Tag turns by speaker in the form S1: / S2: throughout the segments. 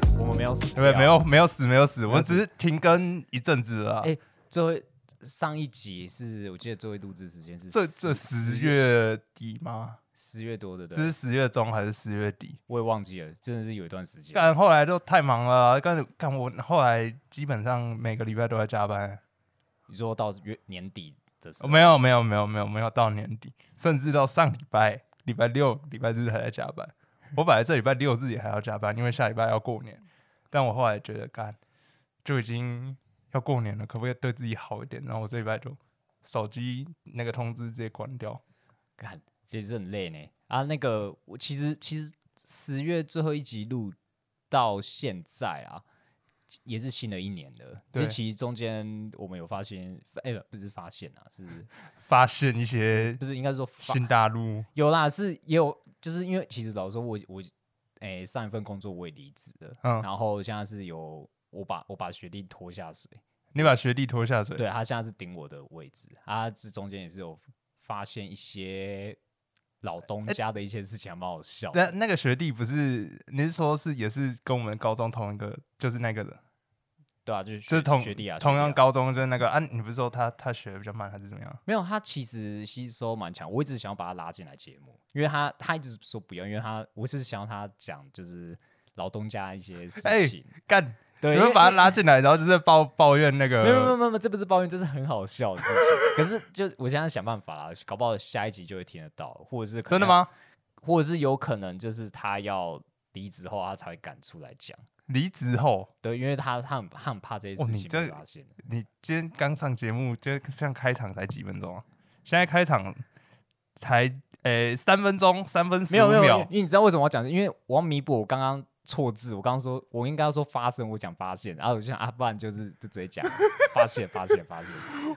S1: 聊
S2: 对，没有没有死，没有死，我
S1: 有死
S2: 只是停更一阵子了啊。
S1: 哎最后上一集是我记得最后一录制时间是
S2: 这这十月底吗？
S1: 十月多的，
S2: 这
S1: 对
S2: 是，十月中还是十月底？
S1: 我也忘记了，真的是有一段时间。
S2: 干后来都太忙了啊，干干我后来基本上每个礼拜都在加班。
S1: 你说到月年底的时
S2: 哦
S1: 候，
S2: 没有没有没有没有没有到年底，甚至到上礼拜礼拜六、礼拜日还在加班。
S1: 嗯
S2: 我本来这礼拜六自己还要加班，因为下礼拜要过年。但我后来觉得，干就已经要过年了，可不可以对自己好一点？然后我这礼拜就手机那个通知直接关掉。
S1: 干，其实很累呢。啊，那个我其实其实十月最后一集录到现在啊，也是新的一年了。就
S2: 对
S1: 其实中间我们有发现，哎、不是发现啊，是
S2: 发现一些
S1: 不是应该说发
S2: 新大陆。
S1: 有啦，是也有，就是因为其实老实说我，我哎、上一份工作我也离职了，
S2: 嗯
S1: 然后现在是有我把我把学弟拖下水，
S2: 你把学弟拖下水，
S1: 对他现在是顶我的位置，他这中间也是有发现一些
S2: 呃
S1: 老东
S2: 哎
S1: 家的一些事情，还蛮好笑的。
S2: 那那个学弟不是你是说是也是跟我们高中同一个，就是那个的，
S1: 对啊，就是
S2: 就
S1: 学
S2: 是同
S1: 学弟啊，
S2: 同样
S1: 学弟啊。
S2: 高中就是那个啊？你不是说他他学的比较慢还是怎么样？
S1: 没有，他其实吸收蛮强，我一直想要把他拉进来节目，因为他他一直说不要，因为他我是想要他讲就是老东家一些事
S2: 哎
S1: 情，
S2: 干，
S1: 对，
S2: 你
S1: 因为
S2: 们把他拉进来，然后就是抱抱怨那
S1: 没有没有
S2: 个，
S1: 没有，没有这不是抱怨，这是很好笑的事 情。可是就我现在想办法啦，搞不好下一集就会听得到，或者是可
S2: 真的
S1: 能？
S2: 吗？
S1: 或者是有可能就是他要离职后，他才会敢出来讲。
S2: 离职后，
S1: 对，因为他他很他很怕这些
S2: 哇
S1: 事
S2: 你
S1: 情
S2: 这
S1: 被发现。
S2: 你今天刚上节目，就像开场才几分钟啊，现在开场才呃三分钟，三分
S1: 没
S2: 十
S1: 有
S2: 五
S1: 没有，因为
S2: 秒，
S1: 因为你知道为什么我要讲？因为我要弥补我刚刚错字，我刚刚说我应该要说发生，我讲发现，然后我就想啊，不然就是就直接 讲发现发现发现。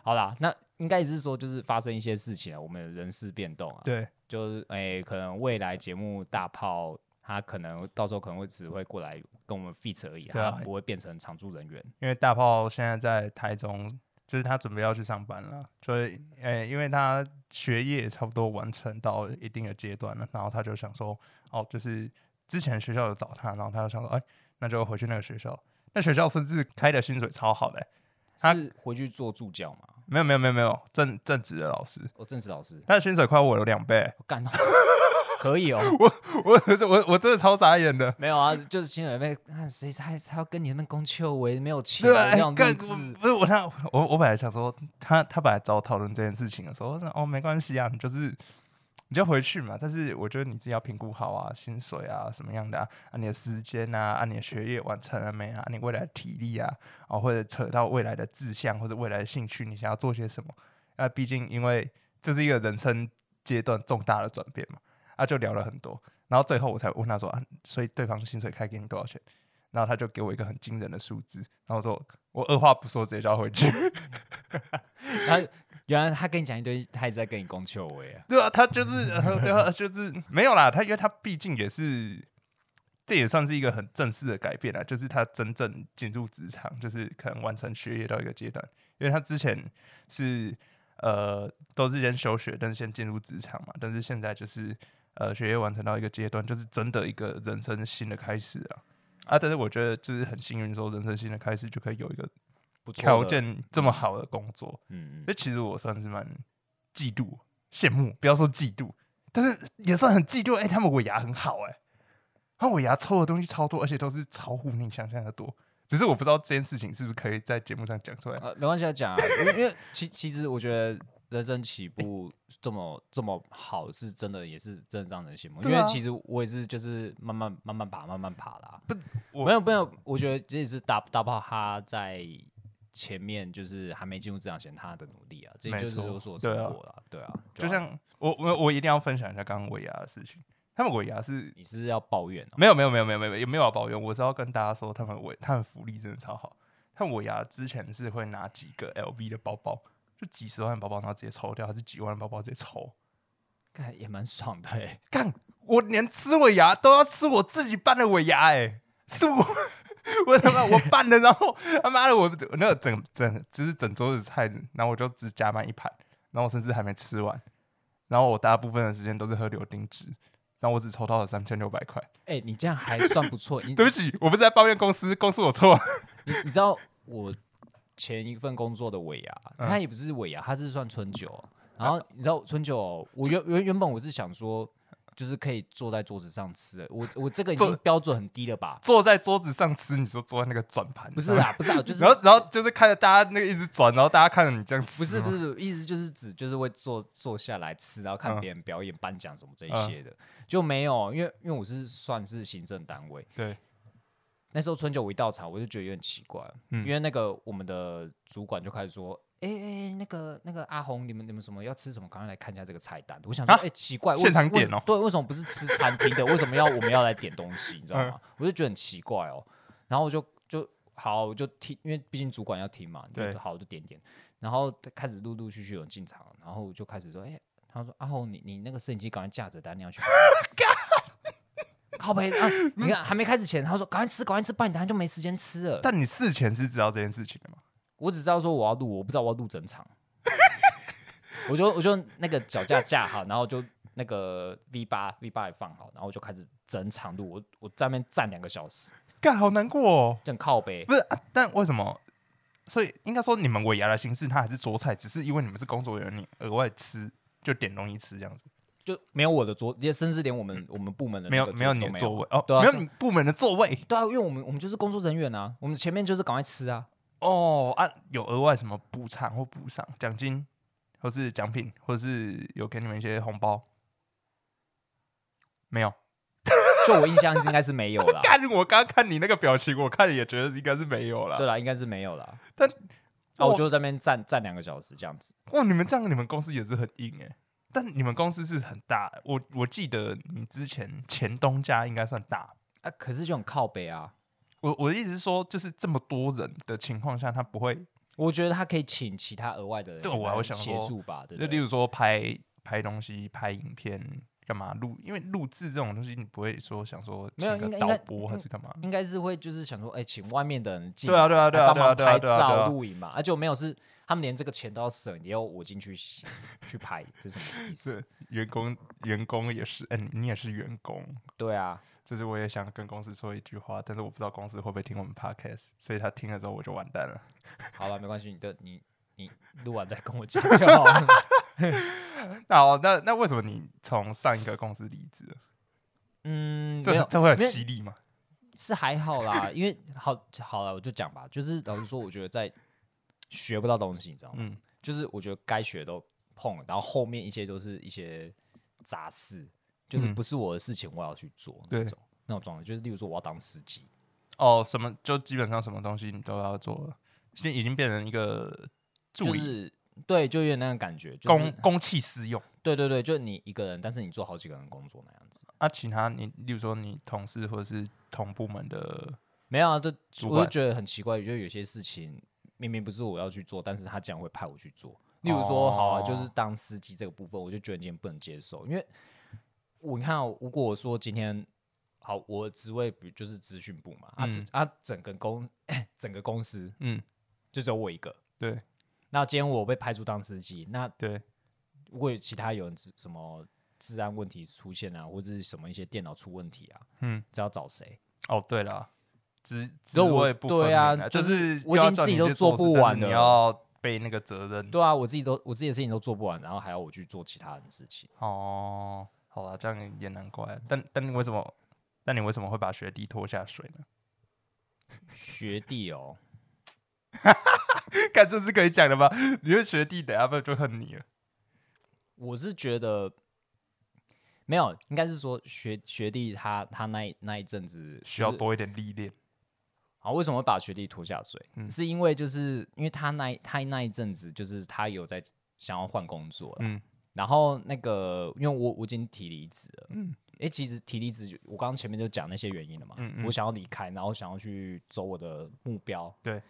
S1: 好啦，那应该也是说就是发生一些事情啊，我们人事变动啊。
S2: 对，
S1: 就是诶、可能未来节目大炮他可能到时候可能会只会过来跟我们 feat 而已，
S2: 对啊
S1: 他不会变成常驻人员。
S2: 因为大炮现在在台中，就是他准备要去上班了，所以，呃、因为他学业也差不多完成到一定的阶段了，然后他就想说，哦，就是之前学校有找他，然后他就想说，哎、那就回去那个学校，那学校甚至开的薪水超好的、欸他
S1: 是回去做助教嘛？
S2: 没有没有没有没有正正职的老师，
S1: 哦，正式老师，
S2: 他的薪水快我有两倍欸、
S1: 我干、哦， 可以哦，
S2: 我我我真的超傻眼的。
S1: 没有啊，就是新人被看谁还还要跟你那边公秋为没有钱
S2: 对
S1: 啊，
S2: 啊，
S1: 这
S2: 哎
S1: 样
S2: 干
S1: 幼
S2: 我
S1: 稚。
S2: 不是我他我我本来想说他他本来找我讨论这件事情的时候，我说哦没关系啊，你就是你就回去嘛。但是我觉得你自己要评估好啊，薪水啊什么样的啊，啊你的时间啊，啊你的学业完成了没啊，啊你未来的体力啊，哦或者扯到未来的志向或者未来的兴趣，你想要做些什么？啊，毕竟因为这是一个人生阶段重大的转变嘛，啊就聊了很多。然后最后我才问他说啊，所以对方薪水开给你多少钱？然后他就给我一个很惊人的数字，然后我说我二话不说直接就要回去。
S1: 他原来他跟你讲一堆，他也在跟你公秋为啊。
S2: 对啊，他就是，呃对啊，就是没有啦。他因为他毕竟也是，这也算是一个很正式的改变啦，就是他真正进入职场，就是可能完成学业到一个阶段。因为他之前是呃都是先休学，但是先进入职场嘛。但是现在就是呃学业完成到一个阶段，就是真的一个人生新的开始啊。啊，但是我觉得就是很幸运，说人生新的开始就可以有一个
S1: 不错的
S2: 条，件这么好的工作。
S1: 嗯
S2: 所以其实我算是蛮嫉妒、羡慕，不要说嫉妒，但是也算很嫉妒。哎、他们尾牙很好、哎，他们尾牙抽的东西超多，而且都是超乎你想象的多。只是我不知道这件事情是不是可以在节目上讲出来。
S1: 嗯，啊，没关系，要讲啊，因为因为其其实我觉得人生起步这么这么好，是真的也是真的让人羡慕。因
S2: 对啊
S1: 为其实我也是就是慢慢慢慢爬，慢慢爬啦。
S2: 我
S1: 没有没有，我觉得这也是大大炮他在前面就是还没进入职场前他的努力啊，这
S2: 没
S1: 就是
S2: 错
S1: 有所成
S2: 对啊
S1: 果啦。对啊，
S2: 就
S1: 啊
S2: 像我我我一定要分享一下刚刚尾牙的事情。他们尾牙是
S1: 你是要抱怨哦，
S2: 没有没有没有没有没有也没有要抱怨，我是要跟大家说他们尾他们福利真的超好。他们尾牙之前是会拿几个 LV 的包包，就几十万的包包，然后直接抽掉，还是几万的包包直接抽。
S1: 看也蛮爽的欸。
S2: 干，我连吃尾牙都要吃我自己拌的尾牙、哎，是我， 我他妈我拌的，然后他妈的我那个整整就是整桌子菜子，然后我就只加满一盘，然后我甚至还没吃完，然后我大部分的时间都是喝柳丁汁，但我只抽到了三千六百块。
S1: 哎、你这样还算不错。 你
S2: 对不起，我不是在抱怨公司，公司我错了。
S1: 你你知道我前一份工作的尾牙，
S2: 嗯
S1: 它也不是尾牙，它是算春酒。然后你知道春酒，我原原原本我是想说，就是可以坐在桌子上吃。我我这个已
S2: 坐
S1: 经标准很低了吧？
S2: 坐在桌子上吃，你说坐在那个转盘，
S1: 不是啊，不是 啊，就是
S2: 然后然后就是看着大家那个一直转，然后大家看着你这样吃，
S1: 不是不，是，意思就是指就是会坐坐下来吃，然后看
S2: 嗯
S1: 别人表演、颁奖什么这一些的，就没有，因为因为我是算是行政单位，
S2: 对，
S1: 那时候春酒我一到场，我就觉得有点奇怪，
S2: 嗯
S1: 因为那个我们的主管就开始说。哎哎、欸那个那个阿红，你们你们什么要吃什么？赶快来看一下这个菜单。我想说，哎、
S2: 啊
S1: 奇怪，为
S2: 现场点
S1: 为
S2: 哦
S1: 对，为什么不是吃餐厅的？为什么要我们要来点东西？你知道
S2: 嗯
S1: 吗？我就觉得很奇怪哦。然后我就就好，我就听，因为毕竟主管要听嘛，
S2: 对
S1: 就好，我就点点。然后开始陆陆续续有人进场，然后我就开始说，哎、他说阿红，你你那个摄影机赶快架着，等下你要 去。靠背啊！你看还没开始前，他说赶快吃，赶快吃，不然你等下就没时间吃了。
S2: 但你事前是知道这件事情的嘛？
S1: 我只知道说我要录，我不知道我要录整场。我就我就那个脚架架好，然后就那个 V 八 V 八也放好，然后我就开始整场录。我我在那边站两个小时，
S2: 干，好难过哦。
S1: 就很靠背。
S2: 不是，啊但为什么？所以应该说，你们尾牙的形式它还是桌菜，只是因为你们是工作人员，你额外吃就点东西吃这样子，
S1: 就没有我的桌，也甚至连我们、我们部门的
S2: 没
S1: 那
S2: 有
S1: 个
S2: 没有
S1: 桌子
S2: 你
S1: 都
S2: 的
S1: 没
S2: 座位哦，
S1: 对啊
S2: 没有你部门的座位
S1: 对啊，因为我们我们就是工作人员啊，我们前面就是赶快吃啊，
S2: 哦啊，有额外什么补偿或补赏奖金，或是奖品，或是有给你们一些红包？没有，，
S1: 就我印象应该是没有 啦
S2: 干！我刚刚看你那个表情，我看也觉得应该是没有
S1: 对
S2: 了。
S1: 啦，应该是没有啦。
S2: 啊但
S1: 啊，
S2: 我
S1: 我就在那边站站两个小时这样子，
S2: 哇，你们这样，你们公司也是很硬哎、但你们公司是很大，我我记得你之前前东家应该算大。
S1: 啊，可是就很靠北啊。
S2: 我我的意思是说，就是这么多人的情况下，他不会，
S1: 我觉得他可以请其他额外的人
S2: 对我
S1: 来
S2: 我想
S1: 协
S2: 说
S1: 助吧，对
S2: 就
S1: 不
S2: 例
S1: 对？
S2: 如说拍拍东西、拍影片干嘛录，因为录制这种东西，你不会说想说
S1: 没有
S2: 请个
S1: 应该应
S2: 导
S1: 该
S2: 播还是干嘛？
S1: 应该是会就是想说，哎、请外面的人进
S2: 对啊，对啊，对啊，
S1: 来帮
S2: 对啊，
S1: 忙
S2: 对啊，
S1: 拍
S2: 对啊，对
S1: 照
S2: 啊
S1: 录影嘛，而且我没有是他们连这个钱都要省，也要我进去去拍，这是什么意思？
S2: 是员工，员工也是，嗯，你也是员工，
S1: 对啊，
S2: 就是我也想跟公司说一句话，但是我不知道公司会不会听我们 podcast，所以他听了之后我就完蛋了。
S1: 好吧，没关系，你的你你录完再跟我讲就好了。
S2: 那好，那那为什么你从上一个公司离职了？
S1: 嗯，没
S2: 这
S1: 有，
S2: 这会很
S1: 没有
S2: 犀利吗？
S1: 是还好啦，因为好好了，我就讲吧，就是老实说，我觉得在学不到东西，你知道吗？
S2: 嗯
S1: 就是我觉得该学都碰了，然后后面一些都是一些杂事，就是
S2: 嗯
S1: 不是我的事情，我要去做那
S2: 对
S1: 种、那种状态，就是例如说我要当司机，
S2: 哦，什么就基本上什么东西你都要做了，现在已经变成一个助
S1: 就
S2: 理，
S1: 是对，就有点那种感觉，就
S2: 公
S1: 是
S2: 公器私用。
S1: 对对对，就你一个人，但是你做好几个人工作那样子。
S2: 啊，其他你，例如说你同事或者是同部门的，
S1: 没有啊，就
S2: 主
S1: 我
S2: 管
S1: 就觉得很奇怪，就有些事情明明不是我要去做，但是他竟然会派我去做。例如说，好啊，
S2: 哦
S1: 就是当司机这个部分，我就觉得今天不能接受，因为我你看哦、如果我说今天好，我的职位比就是资讯部嘛，啊、
S2: 嗯
S1: 只啊整个公 整个公司
S2: 嗯，
S1: 就只有我一个，
S2: 对
S1: 那今天我被派出当司机，那
S2: 对，
S1: 如果有其他有人治什么治安问题出现啊，或者是什么一些电脑出问题啊，
S2: 嗯，
S1: 这要找谁？
S2: 哦对了，职职
S1: 有我
S2: 位不分
S1: 对啊
S2: 明
S1: 就
S2: 就是
S1: 是我已
S2: 要
S1: 经
S2: 叫
S1: 自己
S2: 你
S1: 都
S2: 去
S1: 做
S2: 事
S1: 不
S2: 但是
S1: 完
S2: 你
S1: 了
S2: 要背那个责任。
S1: 对啊，我自己都我自己的事情都做不完，然后还要我去做其他人的事情。
S2: 哦，好了，这样也难怪。啊但但你为什么？但你为什么会把学弟拖下水呢？
S1: 学弟哦，
S2: 看这是可以讲的吧？你的学弟等下不然就恨你了。
S1: 我是觉得没有，应该是说学学弟他他那一那一阵子
S2: 需要
S1: 就是
S2: 多一点历练。
S1: 啊，为什么会把学弟拖下水？
S2: 嗯
S1: 是因为就是因为他那一他那一阵子就是他有在想要换工作了，
S2: 嗯
S1: 然后那个因为我我已经提离职了，嗯，哎、其实提离职就我刚刚前面就讲那些原因了嘛，
S2: 嗯嗯
S1: 我想要离开，然后想要去走我的目标，
S2: 对。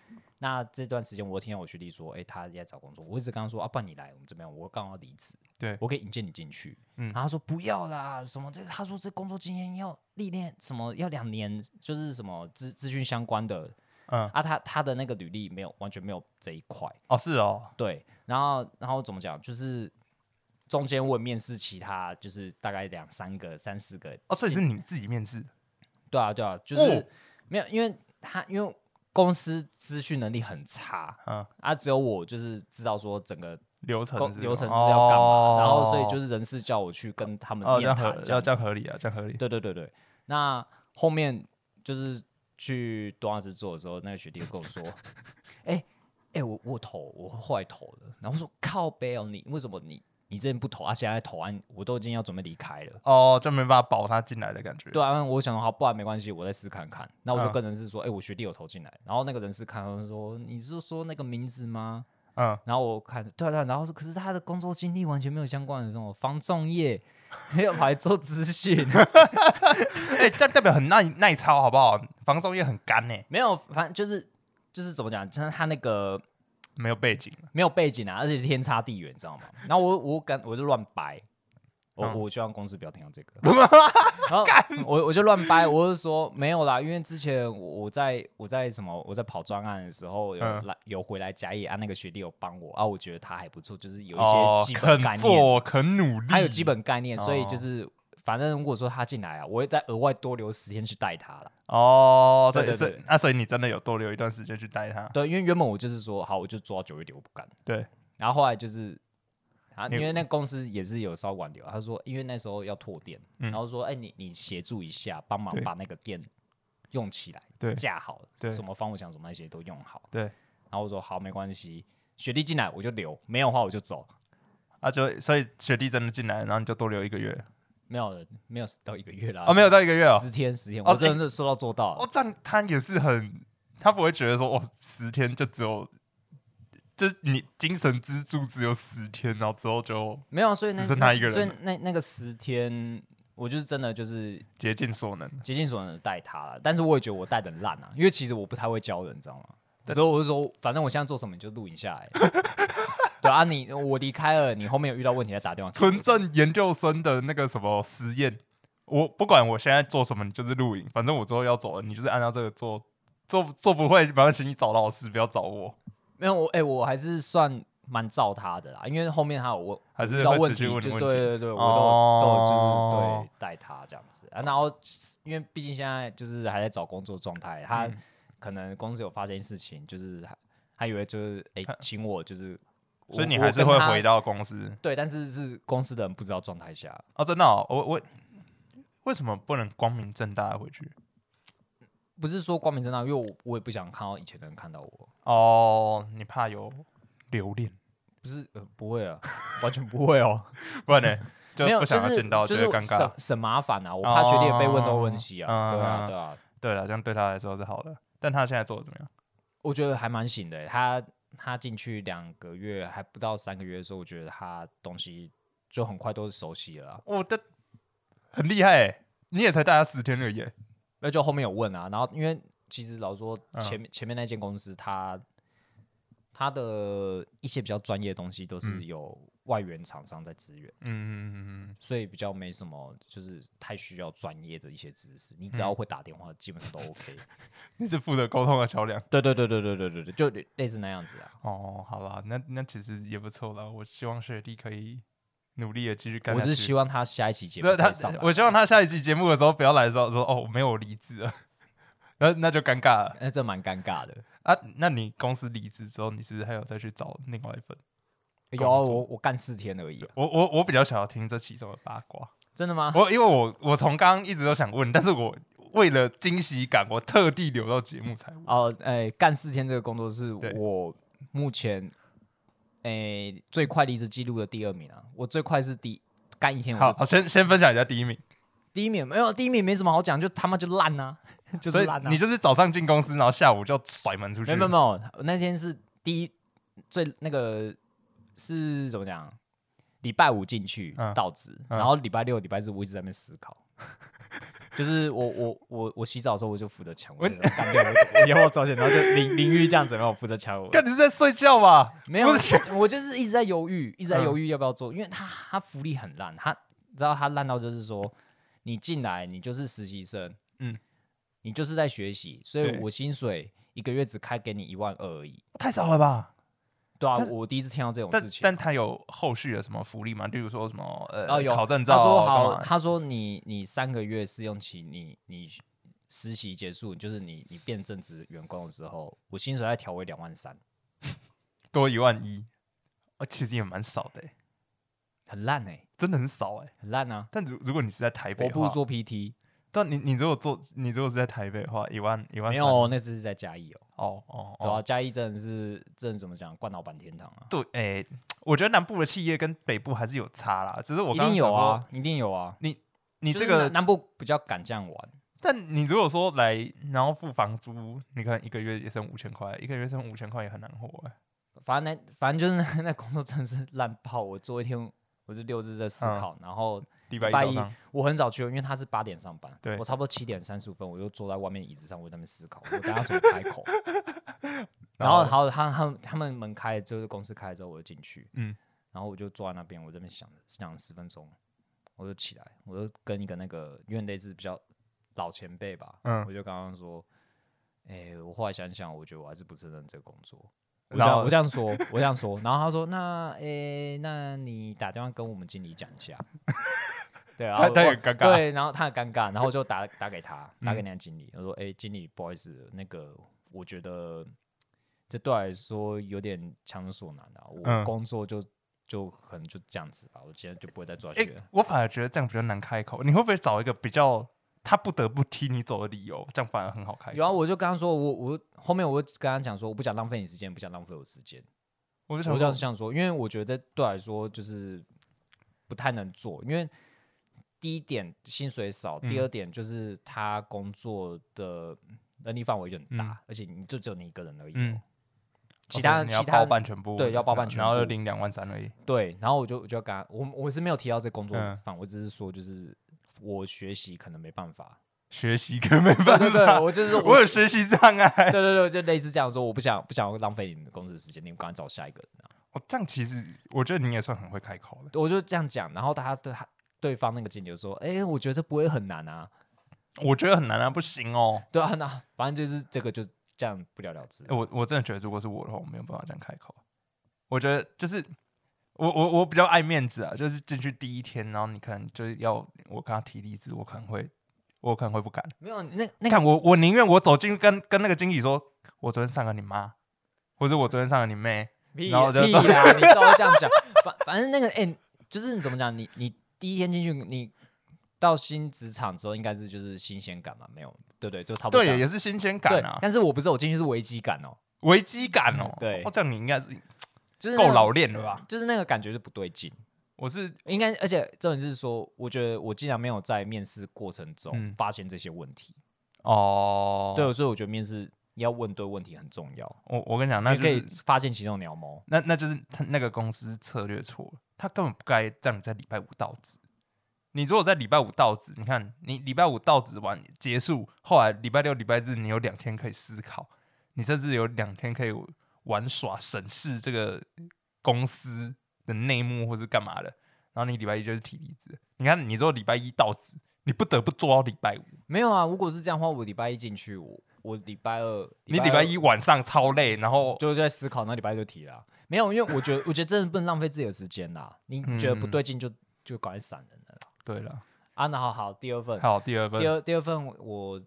S1: 那这段时间，我听到我学弟说，哎、他也在找工作。我一直跟他说，啊，不然你来，我们怎么样？我刚好要离职，
S2: 对
S1: 我可以引荐你进去。
S2: 嗯
S1: 然后他说不要啦，什么这他说这工作经验要历练，什么要两年，就是什么资资讯相关的。
S2: 嗯
S1: 啊，他他的那个履历没有完全没有这一块，
S2: 哦，是哦，
S1: 对，然后然后怎么讲，就是中间我有面试其他就是大概两三个、三四个。
S2: 哦，所以是你自己面试，
S1: 对啊，对啊，就是、
S2: 哦
S1: 没有，因为他因为公司资讯能力很差
S2: 嗯，
S1: 啊，只有我就是知道说整个
S2: 流程
S1: 工
S2: 是
S1: 流程
S2: 什么
S1: 是要干嘛，
S2: 哦
S1: 然后所以就是人事叫我去跟他们
S2: 哦，这
S1: 面
S2: 样
S1: 谈、
S2: 合
S1: 这
S2: 要
S1: 样
S2: 这样
S1: 子
S2: 合理啊，这样合理。
S1: 对对对对，那后面就是去东亚师做的时候，那个学弟就跟我说：“哎哎、我我投，我后来投了。”然后我说：“靠背哦，你为什么你你之前不投啊？现在投啊？我都已经要准备离开了。”
S2: 哦，就没办法保他进来的感觉。
S1: 对啊，我想说好，不然没关系，我再试看看。那我就
S2: 嗯
S1: 跟人事说，哎、我学弟有投进来，然后那个人事看，他说你是说那个名字吗？
S2: 嗯，
S1: 然后我看，对啊对啊，然后说，可是他的工作经历完全没有相关的，什么防重业， 要跑来做资讯，
S2: 哎、这样代表很耐耐操，好不好？防中也很干呢、
S1: 没有，反正就是就是怎么讲，就是他那个
S2: 没有背景。
S1: 没有背景啊，而且是天差地远，你知道吗？然后我我敢我就乱掰，我、
S2: 嗯
S1: 我希望公司不要听到这 个。然后我我就乱掰，我就说没有啦，因为之前我我在我在什么我在跑专案的时候有
S2: 嗯
S1: 来、有回来甲乙啊，那个学弟有帮我啊，我觉得他还不错，就是有一
S2: 哦
S1: 些，基本概念，
S2: 肯做肯努力，
S1: 他有基本概念，所以
S2: 哦
S1: 就是。反正如果说他进来啊，我会再额外多留十天去带他了。
S2: 哦。所以
S1: 对对
S2: 所以
S1: 对
S2: 那所以你真的有多留一段时间去带他？
S1: 对，因为原本我就是说，好，我就做到九月底，我不干。
S2: 对，
S1: 然后后来就是，啊，
S2: 你
S1: 因为那公司也是有稍挽留，啊他说因为那时候要拓店，然后说哎、你你协助一下，帮忙
S2: 嗯对
S1: 把那个店用起来，
S2: 对
S1: 架好，
S2: 对
S1: 什么防火墙什么那些都用好。
S2: 对
S1: 然后我说好，没关系，学弟进来我就留，没有的话我就走。
S2: 啊，就所以学弟真的进来，然后你就多留一个月
S1: 没有了，没有到一个月啦，
S2: 哦，没有到一个月哦。
S1: 啊十天十天，
S2: 哦
S1: 我真的是说到做到了
S2: 哦，这样他也是很，他不会觉得说哦，十天就只有，就是你精神支柱只有十天，然后之后就
S1: 没有，所以那
S2: 只剩他一个人
S1: 所以那那个十天，我就是真的就是
S2: 竭尽所能。
S1: 竭尽所能的带他了，但是我也觉得我带的烂啊，因为其实我不太会教人，你知道吗？所以我就说，反正我现在做什么你就录影下来。 对啊，你我离开了，你后面有遇到问题再打电话。
S2: 纯正研究生的那个什么实验，我不管我现在做什么，你就是录影，反正我之后要走了，你就是按照这个做，做做不会，麻烦请你找老师，不要找我，
S1: 没有我，哎、我还是算蛮照他的啦，因为后面他有问
S2: 还是
S1: 遇到
S2: 会
S1: 问题，
S2: 持续
S1: 就
S2: 问你
S1: 对
S2: 问
S1: 对
S2: 题。
S1: 对，我都有、都有就是
S2: 哦
S1: 对带他这样子、啊。然后因为毕竟现在就是还在找工作状态，他
S2: 嗯
S1: 可能公司有发现事情，就是他他以为就是哎、请我就是我，
S2: 所以你
S1: 我
S2: 还是
S1: 跟
S2: 会
S1: 他
S2: 回到公司
S1: 对，但是是公司的人不知道状态下，
S2: 哦，真的哦、我我为什么不能光明正大的回去？
S1: 不是说光明正大，因为我我也不想看到以前的人看到我，
S2: 哦，你怕有留恋，
S1: 不是呃不会啊， 完全不会哦，
S2: 不然呢就
S1: 没有
S2: 不想要
S1: 就是
S2: 见到，
S1: 就
S2: 觉
S1: 是
S2: 得尴尬
S1: 省。省麻烦啊，我怕学弟也被问东问西啊，
S2: 哦
S1: 对啊
S2: 嗯
S1: 对啊，
S2: 对了，这样对他来说是好的，但他现在做的怎么样？
S1: 我觉得还蛮醒的欸、他他进去两个月还不到三个月的时候，我觉得他东西就很快都熟悉了啊、
S2: 我的很厉害、欸，你也才大家十天而已欸、
S1: 那就后面有问啊，然后因为其实老实说
S2: 嗯
S1: 前面、前面那间公司它它的一些比较专业的东西都是有外援厂商在支援，
S2: 嗯，
S1: 所以比较没什么就是太需要专业的一些知识，你只要会打电话，基本上都 OK。
S2: 你是负责沟通的桥梁。
S1: 对对对对对对对对，就类似那样子啊。
S2: 哦，好吧，那那其实也不错了。我希望学弟可以努力的继续干
S1: 我
S2: 下去。
S1: 是希望他下一期节目
S2: 对
S1: 可
S2: 他
S1: 以上来，，
S2: 我希望他下一期节目的时候不要来的时候说哦，没有我离职了， 那那就尴尬了
S1: 那哎这蛮尴尬的。
S2: 啊。那你公司离职之后，你是不是还有再去找另外一份？
S1: 有啊
S2: 工作
S1: 我我干四天而已啊、
S2: 我我我比较想要听这其中的八卦。
S1: 真的吗？
S2: 我因为我我从刚刚一直都想问，但是我为了惊喜感，我特地留到节目才问。
S1: 哦，哎，干四天这个工作是
S2: 对
S1: 我目前哎最快离职记录的第二名啊，我最快是第干一天我
S2: 好，
S1: 就
S2: 好先先分享一下第一名，
S1: 第一名没有第一名没什么好讲，就他妈就烂啊， 就
S2: 所
S1: 是
S2: 以
S1: 烂啊。
S2: 你就是早上进公司，然后下午就甩门出去。
S1: 没有没有没有，那天是第一最那个是怎么讲？礼拜五进去
S2: 嗯
S1: 到职，然后礼拜六、礼拜日我一直在那边思考， 就是我我我我洗澡的时候我就扶着墙，我就干掉我我以后要早点，然后就淋淋浴这样子，然后扶着墙，我
S2: 干，你是在睡觉吧？
S1: 没有啊
S2: 不是，
S1: 我 就是一直在犹豫，一直在
S2: 嗯
S1: 犹豫要不要做，因为他他福利很烂，他你知道他烂到就是说，你进来你就是实习生，
S2: 嗯
S1: 嗯，你就是在学习，所以
S2: 对
S1: 我薪水一个月只开给你一万二而已，
S2: 太少了吧？
S1: 对啊
S2: 但，是
S1: 我第一次听到这种
S2: 但
S1: 事情。
S2: 但他有后续的什么福利吗？例如说什么呃、
S1: 哦有
S2: 考证照
S1: 他
S2: 啊，
S1: 说
S2: 干
S1: 好，
S2: 嘛
S1: 他说你你三个月试用期，你你实习结束，就是你你变正职员工的时候，我薪水再调为两万三，
S2: 多一万一，呃，其实也蛮少的欸、
S1: 很烂哎、
S2: 真的很少哎、
S1: 很烂啊！
S2: 但如如果你是在台北
S1: 我
S2: 的
S1: 不如
S2: 话，
S1: 做 PT，
S2: 但你你如果做你如果是在台北的话，一万一万
S1: 没
S2: 三
S1: 有，那次是在嘉义哦、
S2: 哦哦
S1: 对啊，
S2: 哦，
S1: 嘉义真的是真的怎么讲，冠老板天堂啊，
S2: 对，哎、我觉得南部的企业跟北部还是有差啦，只是我
S1: 一定
S2: 刚刚
S1: 有
S2: 想说，
S1: 啊，一定有啊。
S2: 你
S1: 就
S2: 这
S1: 是
S2: 个
S1: 南南部比较敢这样玩，
S2: 但你如果说来，然后付房租，你可能一个月也剩五千块，一个月剩五千块也很难活、欸。
S1: 反正那反正就是那 那工作真的是烂爆。我做一天，我就六日在思
S2: 嗯
S1: 考，然后
S2: 礼拜一
S1: 拜
S2: 早
S1: 一
S2: 上，
S1: 我很早去，因为他是八点上班，
S2: 对
S1: 我差不多七点三十五分，我就坐在外面椅子上，我在那边思考， 我等下怎么开口。然后，然
S2: 然
S1: 后他他们他们门开了，就是公司开了之后，我就进去，
S2: 嗯，
S1: 然后我就坐在那边，我这边想想十分钟，我就起来，我就跟一个那个因为类似比较老前辈吧，
S2: 嗯
S1: 我就刚刚说，哎、我后来想想，我觉得我还是不胜任这个工作。我这
S2: 然
S1: 样
S2: 后
S1: 我这样说，我这样说，然后他说：“那诶、那你打电话跟我们经理讲一下。”对，然
S2: 他
S1: 后
S2: 他
S1: 我
S2: 也尴尬嗯
S1: 对，然后他很尴尬，然后我就打打给他，打给那个经理，我说：“诶、经理，不好意思，那个我觉得这对我来说有点强人所难啊，我
S2: 嗯
S1: 工作就、就可能就这样子吧，我今天就不会再做下
S2: 哎、
S1: 去了。
S2: 我反而觉得这样比较难开口。你会不会找一个比较他不得不踢你走的理由，这样反而很好开口？
S1: 有啊，我就跟他说，我我后面我就跟他讲说，我不想浪费你时间，不想浪费我时间。
S2: 我就想
S1: 我这样
S2: 说，
S1: 想说，因为我觉得对我来说就是不太能做，因为第一点薪水少，第
S2: 嗯
S1: 二点就是他工作的能力范围有点大，
S2: 嗯
S1: 而且你就只有你一个人而已哦、
S2: 嗯
S1: 其他
S2: 哦所以你要
S1: 其他
S2: 包办全部，嗯
S1: 对要包办全部
S2: 然后就领两万三而已。
S1: 对，然后我就我就跟他，我我是没有提到这工作
S2: 嗯
S1: 范，我只是说就是我学习可能没办 法，
S2: 学习可没
S1: 对
S2: 办
S1: 对对，
S2: 法，
S1: 我就是
S2: 我有学习障碍。
S1: 对对对，就类似这样说，我不想不想浪费你们公司的时间，你们赶快找下一个人啊、
S2: 我哦这样其实，我觉得你也算很会开口了。
S1: 我就这样讲，然后他对他对方那个经理就说，哎、我觉得这不会很难啊，
S2: 我觉得很难啊，不行哦。
S1: 对啊，那反正就是这个就这样不了了之。
S2: 欸我我真的觉得，如果是我的话，我没有办法这样开口。我觉得就是我我我比较爱面子啊，就是进去第一天，然后你可能就是要我跟他提离职，我可能会我可能会不敢。
S1: 没有那
S2: 你
S1: 那
S2: 看我我宁愿我走进去跟跟那个经理说，我昨天上了你妈，或者我昨天上了你妹，
S1: 屁
S2: 然后我就
S1: 屁啦，你照这样讲，反反正那个哎、就是你怎么讲，你你第一天进去，你到新职场之后应该是就是新鲜感嘛，没有对不对？就差不多
S2: 对
S1: 这样。
S2: 耶，也是新鲜
S1: 对
S2: 感，啊，
S1: 但是我不是我进去是危机感哦，
S2: 危机感哦。
S1: 对
S2: 哦，这样你应该是
S1: 就是那
S2: 够
S1: 个
S2: 老，练了吧？
S1: 就是那个感觉就不对劲。
S2: 我是
S1: 应该，而且重点是说，我觉得我竟然没有在面试过程中
S2: 嗯
S1: 发现这些问题，
S2: 哦，
S1: 对，所以我觉得面试要问对问题很重要，
S2: 我我跟你讲，那
S1: 你
S2: 就
S1: 可以
S2: 是
S1: 发现其中的鸟毛。
S2: 那那就是他那个公司策略错了，他根本不该让你在礼拜五到职。你如果在礼拜五到职，你看你礼拜五到职完结束，后来礼拜六、礼拜日你有两天可以思考，你甚至有两天可以玩耍、审视这个公司的内幕或是干嘛的。然后你礼拜一就是提离职，你看你如果礼拜一到职，你不得不做到礼拜五，
S1: 没有啊，如果是这样的话，我礼拜一进去，我我礼拜二，
S2: 你礼拜
S1: 二
S2: 一晚上超累，然后
S1: 就在思考，那礼拜二就提了啊、没有，因为我觉得我觉得真的不能浪费自己的时间啦。你觉得不对劲就就赶快闪人了啦。
S2: 对了，
S1: 啊，那好好，第二份，
S2: 好第二份
S1: 第二第二份我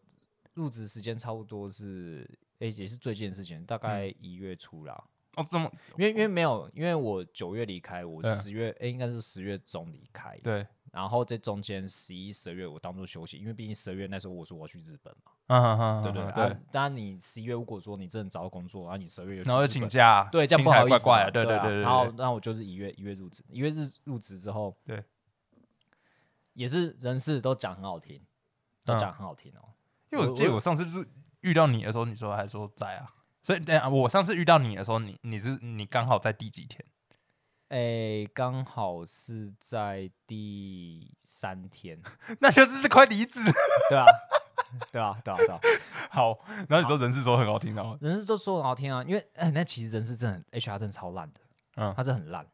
S1: 入职时间差不多是，诶、也是最近的事情，大概一月初啦。
S2: 哦这么
S1: 因为因为没有，因为我九月离开，我
S2: 嗯
S1: 十月，诶、应该是十月中离开，
S2: 对，
S1: 然后这中间十一、十二月我当做休息，因为毕竟十二月那时候我说我要去日本嘛。
S2: 嗯哼哼，
S1: 对对
S2: 哼
S1: 对。啊当然，你十一月如果说你真的找到工作，然啊后你十二月
S2: 然后
S1: 就
S2: 又
S1: 去日
S2: 请
S1: 本，
S2: 假，
S1: 对，这样
S2: 听
S1: 不
S2: 起来
S1: 好意思嘛。
S2: 怪怪的，对
S1: 对
S2: 对
S1: 啊
S2: 对。
S1: 然后，那我就是一月一月入职，一月日入职之后，
S2: 对，
S1: 也是人事都讲很好听，都
S2: 嗯
S1: 讲很好听哦。
S2: 因为我
S1: 我
S2: 记得
S1: 我
S2: 我上次就是遇到你的时候，你说还说在啊，所以等一下我上次遇到你的时候，你你是你刚好在第 几天？
S1: 哎，刚好是在第三天，
S2: 那就是是快离职。
S1: 对啊，对啊，对啊，对啊。
S2: 好，然后你说人事说很好听哦，
S1: 人事都说很好听啊，因为哎、那其实人事真的很 HR 真的超烂的，
S2: 嗯
S1: 他是很烂。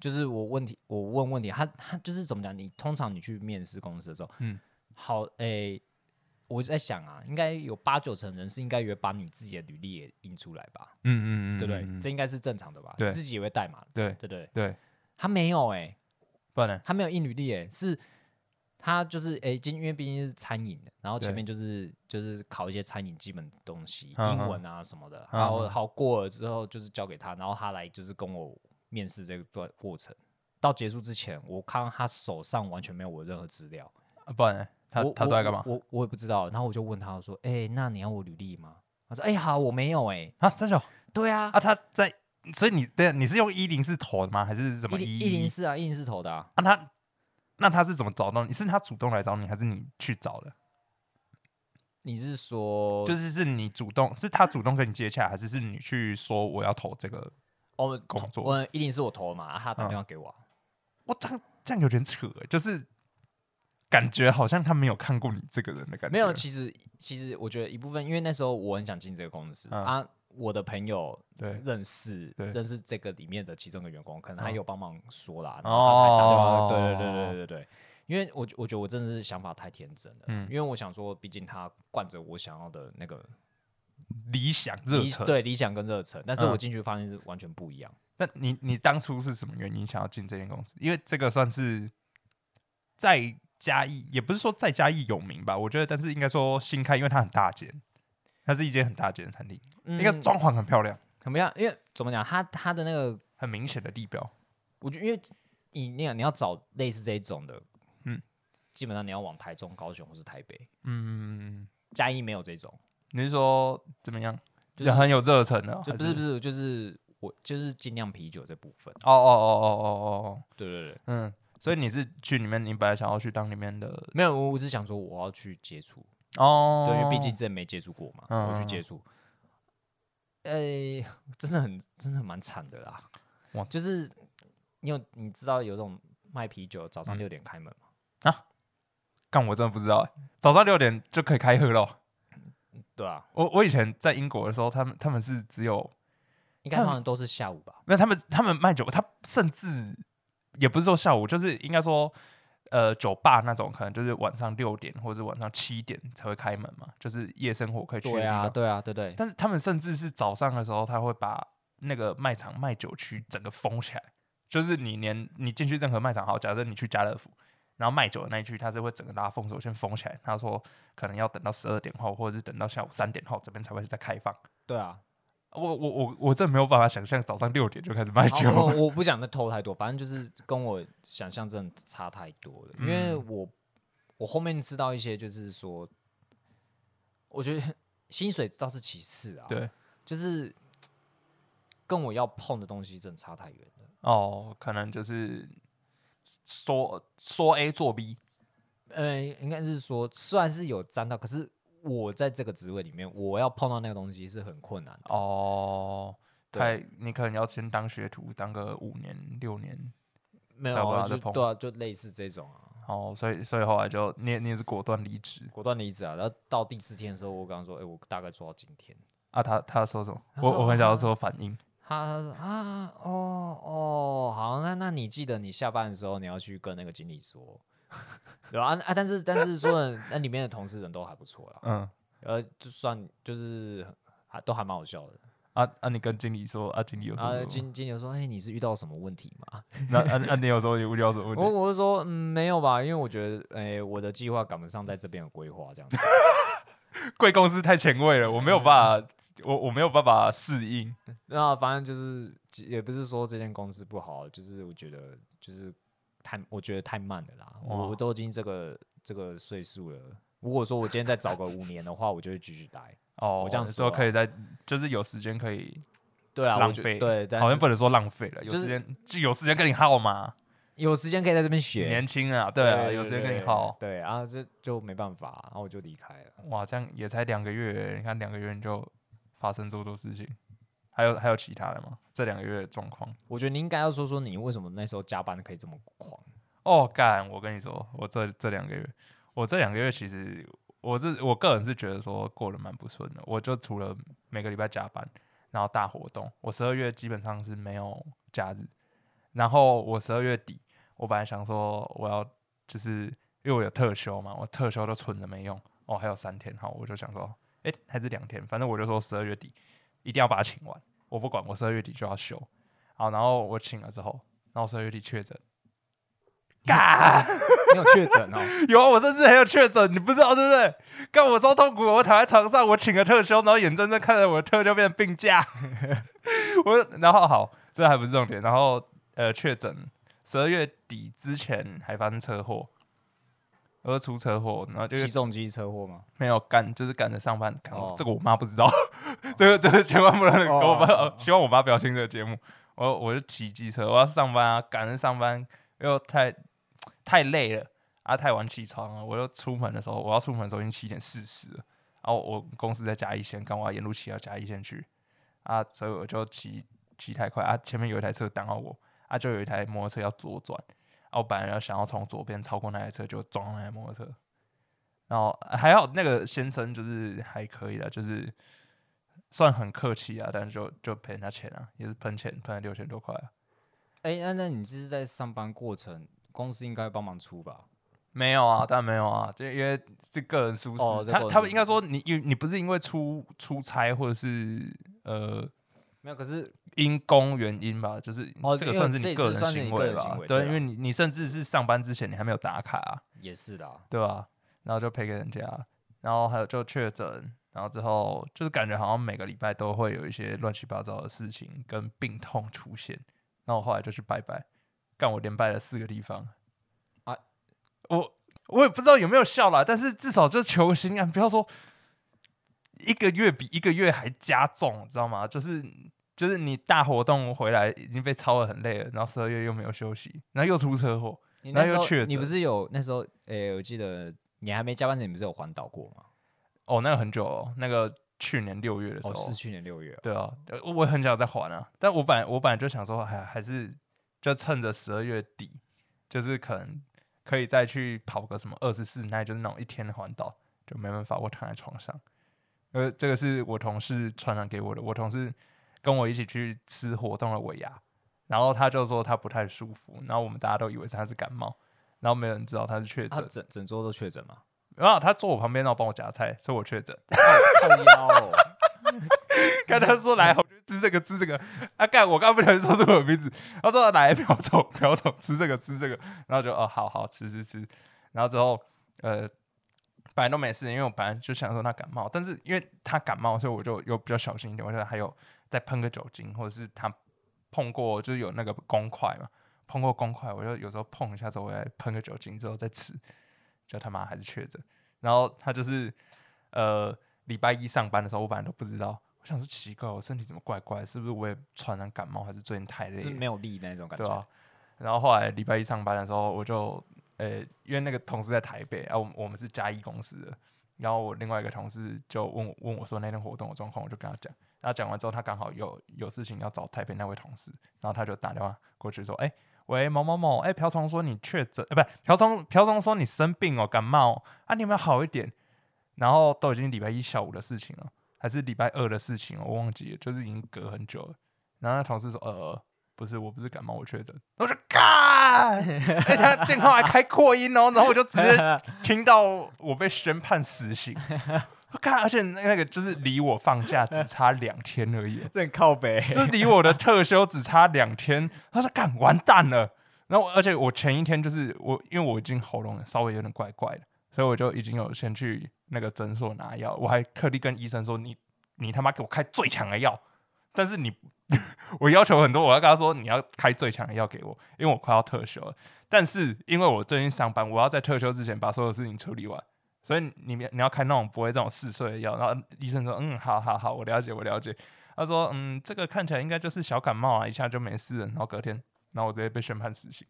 S1: 就是我问题，我问问题，他他就是怎么讲？你通常你去面试公司的时候，
S2: 嗯
S1: 好，哎、我就在想啊，应该有八九成人是应该也会把你自己的履历也印出来吧，
S2: 嗯嗯嗯，
S1: 对不对？
S2: 嗯嗯
S1: 这应该是正常的吧？
S2: 对
S1: 自己也会带嘛，
S2: 对
S1: 对不对？
S2: 对，
S1: 他没有哎、
S2: 不然呢
S1: 他没有印履历哎，是他就是哎，今因为毕竟是餐饮的，然后前
S2: 对
S1: 面就是就是考一些餐饮基本的东西，
S2: 嗯
S1: 英文啊什么的，
S2: 嗯
S1: 然后好过了之后就是交给他，然后他来就是跟我面试这个段过程。到结束之前，我看到他手上完全没有我任何资料，
S2: 啊不然呢他
S1: 我
S2: 他
S1: 我
S2: 都在干嘛？
S1: 我我我也不知道。然后我就问他我说：“哎、那你要我履历吗？”他说：“哎、好，我没有哎、
S2: 啊，三小
S1: 对啊，
S2: 啊，他在，所以你对，啊你是用一零四投的吗？还是什
S1: 一
S2: 么
S1: 零
S2: 一
S1: 一零四啊，一零四投的啊。
S2: 啊，他那他是怎么找到你？是他主动来找你，还是你去找的？
S1: 你是说
S2: 就是是你主动，是他主动跟你接洽，还是是你去说我要投这个？
S1: 哦，
S2: 工作
S1: 我一零四我投的嘛，啊他
S2: 嗯
S1: 打电话给我啊、
S2: 我这样这样有点扯、欸，就是感觉好像他没有看过你这个人的感觉。
S1: 没有，其实其实我觉得一部分，因为那时候我很想进这个公司、
S2: 嗯
S1: 啊，我的朋友
S2: 对
S1: 认识
S2: 对
S1: 认识这个里面的其中一个员工，可能他
S2: 嗯
S1: 有帮忙说啦，然
S2: 哦
S1: 后他才打电话，对对对对对对。因为我我觉得我真的是想法太天真了，因为我想说，毕竟他惯着我想要的那个
S2: 理想热
S1: 理
S2: 忱。，
S1: 对理想跟热忱，但是
S2: 嗯
S1: 我进去发现是完全不一样。
S2: 那你你当初是什么原因想要进这间公司？因为这个算是在嘉义，也不是说在嘉义有名吧，我觉得，但是应该说新开，因为它很大间，它是一间很大间的餐厅，
S1: 嗯
S2: 应该装潢很漂亮，
S1: 怎么样？因为怎么讲，他他的那个
S2: 很明显的地标。
S1: 我觉得，因为你那样你要找类似这种的，
S2: 嗯
S1: 嗯，基本上你要往台中、高雄或是台北，
S2: 嗯，
S1: 嘉义没有这种，
S2: 你是说怎么样？
S1: 就
S2: 也
S1: 是
S2: 很有热忱的，哦
S1: 就
S2: 还
S1: 不是不是，就是我就是精酿啤酒这部分，
S2: 哦哦哦哦哦哦，哦
S1: 对对对，
S2: 嗯，所以你是去里面，你本来想要去当里面的
S1: 没有，我我只是想说我要去接触，
S2: 哦，
S1: 对，因为毕竟真的没接触过嘛，
S2: 嗯
S1: 我去接触，呃、真的很真的蛮惨的啦，
S2: 哇
S1: 就是你有你知道有这种卖啤酒早
S2: 嗯
S1: 上六点开门嘛，
S2: 干我真的不知道欸，早上六点就可以开喝了。
S1: 对啊，
S2: 我我以前在英国的时候，他们他们是只有
S1: 应该通常都是下午吧，
S2: 没有他们他们卖酒，他甚至也不是说下午，就是应该说呃酒吧那种，可能就是晚上六点或者是晚上七点才会开门嘛，就是夜生活可以去的
S1: 对
S2: 地
S1: 啊
S2: 方。
S1: 对啊对对，
S2: 但是他们甚至是早上的时候，他会把那个卖场卖酒区整个封起来，就是你连你进去任何卖场，好，假设你去家乐福，然后卖酒的那一区，他是会整个拉封锁线封起来。他说可能要等到十二点后，或者是等到下午三点后，这边才会再开放。
S1: 对啊，
S2: 我我我我真的没有办法想象早上六点就开始卖酒。
S1: 好我我不想再偷太多，反正就是跟我想象真的差太多了。因为
S2: 嗯
S1: 我我后面知道一些，就是说，我觉得薪水倒是其次啊，
S2: 对，
S1: 就是跟我要碰的东西真的差太远了。
S2: 哦，可能就是说说 A 做 B，
S1: 呃，应该是说虽然是有沾到，可是我在这个职位里面，我要碰到那个东西是很困难的。
S2: 哦，
S1: 对
S2: 太你可能要先当学徒，当个五年六年。
S1: 没
S2: 才有
S1: 有
S2: 办
S1: 啊，
S2: 法
S1: 就
S2: 再碰
S1: 对啊，就类似这种啊。
S2: 哦，所以所以后来就你也你也是果断离职
S1: 果断离职啊，然后到第四天的时候，我刚刚说，哎、我大概做到今天，
S2: 啊？他他说什么？
S1: 他
S2: 我
S1: 说
S2: 我很想要说反应
S1: 他他说啊，哦哦，好，那那你记得你下班的时候你要去跟那个经理说，对吧？啊啊，但是但是说的那里面的同事人都还不错啦，
S2: 嗯
S1: 呃，就算就是还都还蛮好笑的。
S2: 啊啊！你跟经理说啊，经理有说
S1: 啊，
S2: 什么？
S1: 经经理说，哎、你是遇到什么问题吗？
S2: 那啊啊，你有说你无聊什么 问
S1: 我
S2: 题？
S1: 我是说，嗯，没有吧，因为我觉得，哎、我的计划赶不上在这边的规划，这样子。
S2: 贵公司太前卫了，我没有办法，我我没有办法适应。
S1: 那反正就是，也不是说这间公司不好，就是我觉得就是太，我觉得太慢了啦。
S2: 哇
S1: 我我都已经这个这个岁数了，如果说我今天再找个五年的话，我就会继续待。
S2: 哦，
S1: 我这样
S2: 你
S1: 说
S2: 说
S1: 啊
S2: 可以在，就是有时间可以
S1: 对啊，我
S2: 浪
S1: 觉
S2: 费，
S1: 对，但
S2: 好像
S1: 是
S2: 不能说浪费了，有
S1: 就是
S2: 时间就有时间跟你耗嘛，
S1: 有时间可以在这边学。
S2: 年轻啊，对啊，有时间跟你耗。
S1: 对啊，这就没办法，啊然后我就离开了。
S2: 哇，这样也才两个月，你看两个月你就发生这么多事情，还有还有其他的吗？这两个月的状况。
S1: 我觉得你应该要说说你为什么那时候加班可以这么狂。
S2: 哦，干！我跟你说，我这这两个月，我这两个月其实我是我个人是觉得说过得蛮不顺的。我就除了每个礼拜加班，然后大活动，我十二月基本上是没有假日。然后我十二月底，我本来想说我要就是因为我有特休嘛，我特休都存着没用，哦，还有三天，好，我就想说，诶，还是两天，反正我就说十二月底一定要把它请完，我不管，我十二月底就要休。好，然后我请了之后，然后十二月底确诊，嘎，
S1: 你有确诊哦？
S2: 有啊，我甚至还有确诊，你不知道对不对？干我超痛苦，我躺在床上，我请了特休，然后眼睁睁看着我的特休变成病假， 我然后好，这还不是重点，然后呃确诊，十二月底之前还发生车祸，我就出车祸，然后 就
S1: 起重机车祸吗？
S2: 没有赶，就是赶着上班赶我。
S1: 哦
S2: 这个我妈不知道， 这个这个千万不能给我妈，
S1: 哦
S2: 希望我妈不要听这个节目。我我就骑机车，我要上班啊，赶着上班，又太太累了啊，太晚起床了。我就出门的时候，我要出门的时候已经七点四十了，然后我公司在嘉义县，刚我要沿路骑到嘉义县去啊，所以我就骑骑太快啊，前面有一台车挡到我啊，就有一台摩托车要左转。啊，我本来要想要从左边超过那台车，就撞到那台摩托车，然后呃还好那个先生就是还可以的，就是算很客气啊，但是就就赔人家钱啊，也是喷钱，喷了六千多块啊。
S1: 哎，那那你这是在上班过程，公司应该帮忙出吧？
S2: 没有啊，当然没有啊，就因为这个人疏失。
S1: 哦这
S2: 他
S1: 个人
S2: 他
S1: 疏
S2: 们应该说你你你不是因为出出差或者是呃
S1: 没有，可是
S2: 因公原因吧，就是
S1: 哦
S2: 这个
S1: 因为
S2: 算是
S1: 这也
S2: 你
S1: 是
S2: 个人
S1: 算是你
S2: 行
S1: 个
S2: 为
S1: 人
S2: 吧
S1: 行？为
S2: 对，
S1: 对啊
S2: 因为你你甚至是上班之前你还没有打卡啊，
S1: 也是啦，
S2: 对吧、然后就赔给人家，然后还有就确诊，然后之后就是感觉好像每个礼拜都会有一些乱七八糟的事情跟病痛出现。然后我后来就去拜拜，干我连拜了四个地方
S1: 啊
S2: 啊，我我也不知道有没有效啦，但是至少就求个心安，不要说一个月比一个月还加重，知道吗？就是。就是你大活动回来已经被操得很累了，然后十二月又没有休息，然后又出车祸，
S1: 你那
S2: 然后
S1: 时
S2: 又
S1: 候
S2: 确
S1: 你不
S2: 诊
S1: 是有那时候，哎，我记得你还没加班前，你不是有环岛过吗？
S2: 哦，那个很久哦，那个去年六月的时候，
S1: 哦，是去年六月哦。
S2: 对啊，呃我很想再还啊，但我本来我本来就想说，还还是就趁着十二月底，就是可能可以再去跑个什么二十四那就是那种一天的环岛，就没办法，我躺在床上。呃，这个是我同事传染给我的，我同事跟我一起去吃活动的尾牙，然后他就说他不太舒服，然后我们大家都以为是他是感冒，然后没有人知道他是确
S1: 他
S2: 诊，
S1: 啊整整桌都确诊嘛？
S2: 然后他坐我旁边，然后帮我夹菜，所以我确诊。
S1: 靠腰哦，
S2: 跟他说来，我就吃这个吃这个。啊，干，我刚刚不小心说出我的名字。他说来，苗总苗总吃这个吃这个，然后就哦，好好吃吃吃。然后之后呃，本来都没事，因为我本来就想说他感冒，但是因为他感冒，所以我就有比较小心一点。我就还有再喷个酒精，或者是他碰过就是有那个公筷嘛，碰过公筷，我就有时候碰一下之后，我再喷个酒精之后再吃，就他妈还是确诊。然后他就是呃礼拜一上班的时候，我本来都不知道，我想说奇怪，我身体怎么怪怪，是不是我也传染感冒，还是最近太累
S1: 就是
S2: 了？
S1: 没有力那种感
S2: 对啊
S1: 觉。。
S2: 然后后来礼拜一上班的时候，我就呃、因为那个同事在台北啊，我们我们是嘉义公司的，然后我另外一个同事就问我问我说那天活动的状况，我就跟他讲。然后讲完之后，他刚好有有事情要找台北那位同事，然后他就打电话过去说：“哎、喂，某某某，哎、朴虫说你确诊，呃、不是朴虫，朴虫说你生病哦，感冒哦啊，你有没有好一点？”然后都已经礼拜一下午的事情了，还是礼拜二的事情了，我忘记了，就是已经隔很久了。然后那同事说：“呃，不是，我不是感冒，我确诊。”我说：“干！”哎、他电话还开扩音哦，然后我就直接听到我被宣判死刑。我看，而且那那个就是离我放假只差两天而已，
S1: 这很靠北，
S2: 就是离我的特休只差两天。他说：“干，完蛋了。”然后，而且我前一天就是我，因为我已经喉咙稍微有点怪怪的，所以我就已经有先去那个诊所拿药，我还特地跟医生说：“你你他妈给我开最强的药。” 但是你我要求很多，我要跟他说你要开最强的药给我，因为我快要特休了。但是因为我最近上班，我要在特休之前把所有事情处理完，所以你们你要开那种不会这种嗜睡的药。然后医生说：“嗯，好好好，我了解，我了解。”他说：“嗯，这个看起来应该就是小感冒啊，一下就没事了。”然后隔天，然后我直接被宣判死刑。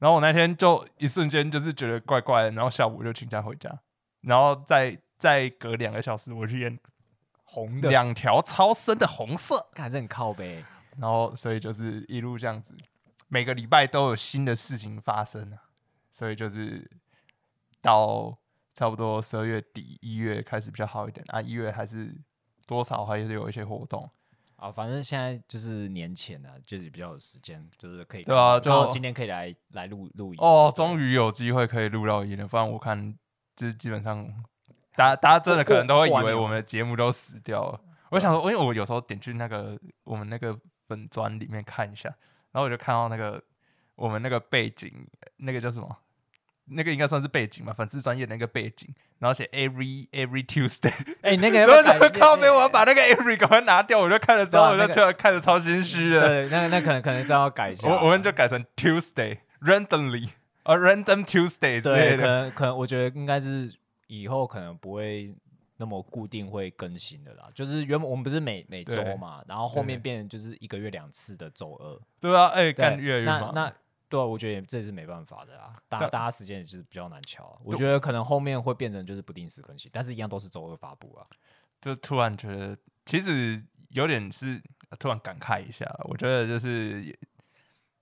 S2: 然后我那天就一瞬间就是觉得怪怪的，然后下午我就请假回家，然后再再隔两个小时我去验
S1: 红的，
S2: 两条超深的红色。
S1: 看这很靠北。
S2: 然后所以就是一路这样子，每个礼拜都有新的事情发生啊，所以就是到差不多十二月底一月开始比较好一点啊，一月还是多少还是有一些活动，
S1: 啊，反正现在就是年前啊，就是比较有时间，就是可以
S2: 对啊
S1: 刚好
S2: 就
S1: 今天可以来来录录影
S2: 哦，
S1: 对
S2: 终于有机会可以录到音了，不然我看就是基本上大家大家真的可能都会以
S1: 过过完
S2: 为
S1: 年
S2: 我们的节目都死掉了。我想说，因为我有时候点去那个我们那个粉砖里面看一下，然后我就看到那个我们那个背景，那个叫什么？那个应该算是背景吧，粉丝专业的那个背景，然后写 every every Tuesday，
S1: 哎、那个要 不要
S2: 然后我
S1: 改
S2: 想说靠背，我要
S1: 那
S2: 把那个 every 赶快拿掉，我就看了之后，
S1: 对啊
S2: 我
S1: 那
S2: 就
S1: 个
S2: 超看着超心虚的。
S1: 对，那那可能可能这样要改一下。
S2: 我我们就改成 Tuesday randomly，呃、random Tuesday 之
S1: 对，
S2: 类
S1: 可
S2: 的。
S1: 能可能我觉得应该是以后可能不会那么固定会更新的啦。就是原本我们不是每每周
S2: 对
S1: 嘛，然后后面
S2: 对
S1: 变成就是一个月两次的周二。
S2: 对啊，哎、
S1: 对
S2: 干越狱
S1: 那
S2: 嘛。
S1: 那对啊，我觉得也这也是没办法的啦。大
S2: 但
S1: 大家时间也就是比较难瞧啊、我觉得可能后面会变成就是不定时更新，但是一样都是周二发布啊。
S2: 就突然觉得，其实有点是呃突然感慨一下，我觉得就是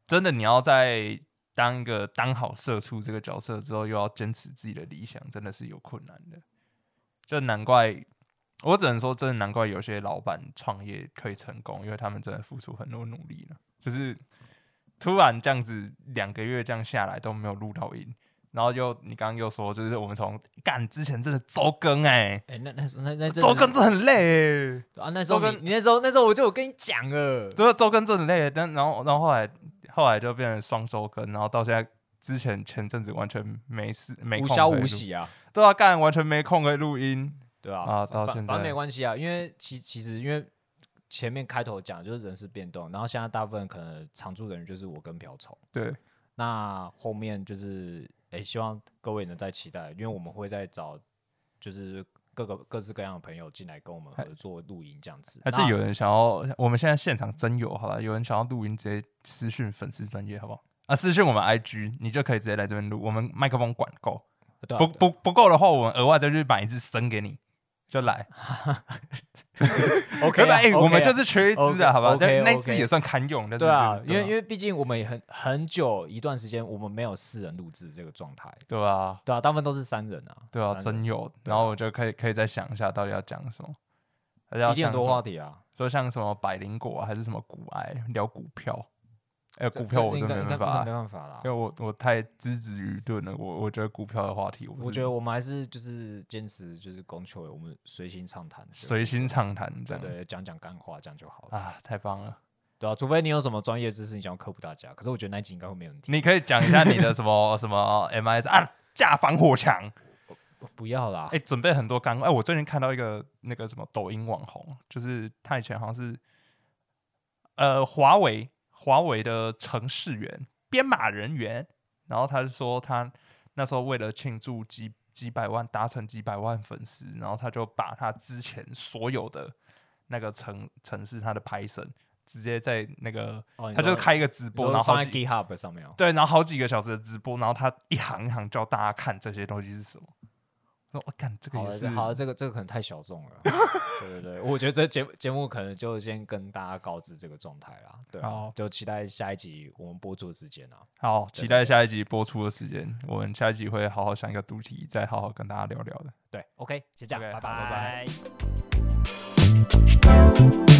S2: 真的，你要在当一个当好社畜这个角色之后，又要坚持自己的理想，真的是有困难的。就难怪，我只能说，真的难怪有些老板创业可以成功，因为他们真的付出很多努力了。就是突然这样子两个月这样下来都没有录到音，然后又你刚刚又说，就是我们从干之前真的周更哎、
S1: 哎、那那时候那那
S2: 周更
S1: 这
S2: 真的很累、欸，
S1: 啊，那时候
S2: 周
S1: 你你那时候那时候我就有跟你讲了，
S2: 这个周更真的很累、但然后然后后来后来就变成双周更，然后到现在之前前阵子完全没事没
S1: 无
S2: 空
S1: 消
S2: 可以
S1: 无
S2: 录，
S1: 息啊。
S2: 对啊，干完全没空可以录音
S1: 对啊，
S2: 啊到
S1: 反
S2: 现
S1: 反正
S2: 在
S1: 没关系啊，因为其其实因为前面开头讲就是人事变动，然后现在大部分可能常驻人员就是我跟瓢虫，
S2: 对
S1: 那后面就是诶，希望各位能再期待，因为我们会再找就是各个各式各样的朋友进来跟我们合作录音这样子，
S2: 还是
S1: 那
S2: 有人想要，我们现在现场真有好了，有人想要录音直接私讯粉丝专业好不好？啊，私讯我们 IG，你就可以直接来这边录，我们麦克风管够，
S1: 对啊
S2: 不不不够的话，我们额外再去买一支声给你，就来。
S1: OK
S2: 可
S1: 啊
S2: 哎，我
S1: OK 啊
S2: 们就是缺一支
S1: OK，
S2: 啊，好不好？
S1: OK，
S2: 但那
S1: OK
S2: 支也算堪用，但是
S1: 对啊，
S2: 就
S1: 因为因
S2: 对啊
S1: 为毕竟我们也很很久一段时间我们没有四人录制这个状态，
S2: 对啊，
S1: 对啊，大部分都是三人啊，
S2: 对啊，
S1: 三
S2: 真有。然后我就可以可以再想一下，到底要讲什么，而且要
S1: 一定
S2: 像
S1: 很多
S2: 什么
S1: 话题啊，
S2: 就像什么百灵果、啊、还是什么股癌聊股票，哎、
S1: 这
S2: 股
S1: 这
S2: 票我
S1: 应
S2: 真
S1: 该
S2: 没
S1: 应
S2: 办
S1: 该
S2: 法
S1: 没
S2: 欸、
S1: 办法啦
S2: 因为。我我太资质愚钝了。我我觉得股票的话题我，
S1: 我觉得我们还是就是坚持就是供求，我们随心畅谈，
S2: 随心畅谈这
S1: 对
S2: 样
S1: 对讲讲干话这样就好了，
S2: 啊，太棒了！
S1: 对啊，除非你有什么专业知识你想要科普大家，可是我觉得那一集应该会没有人听，
S2: 你可以讲一下你的什么 什么 MIS 啊，架防火墙。
S1: 不不要啦
S2: 哎、，准备很多干货。哎、我最近看到一个那个什么抖音网红，就是他以前好像是呃华为华为的程序员编码人员，然后他就说他那时候为了庆祝几几百万达成几百万粉丝，然后他就把他之前所有的那个城城市他的 Python 直接在那个
S1: 哦，你
S2: 他就
S1: 说
S2: 开一个直
S1: 你
S2: 播，
S1: 说
S2: 然后好
S1: 放在
S2: 几
S1: GitHub 上面哦，
S2: 对，然后好几个小时的直播，然后他一行一行教大家看这些东西是什么。我说我哦干、这个
S1: 好
S2: 也
S1: 了
S2: 是
S1: 这好了，这个这个可能太小众了，对对对，我觉得这节目节目可能就先跟大家告知这个状态啦，对啊
S2: 好，
S1: 就期待下一集我们播出的时间啊，
S2: 好，期待下一集播出的时间。我们下一集会好好想一个主题，再好好跟大家聊聊的。
S1: 对，OK，先这样，拜
S2: OK，好拜拜
S1: 拜。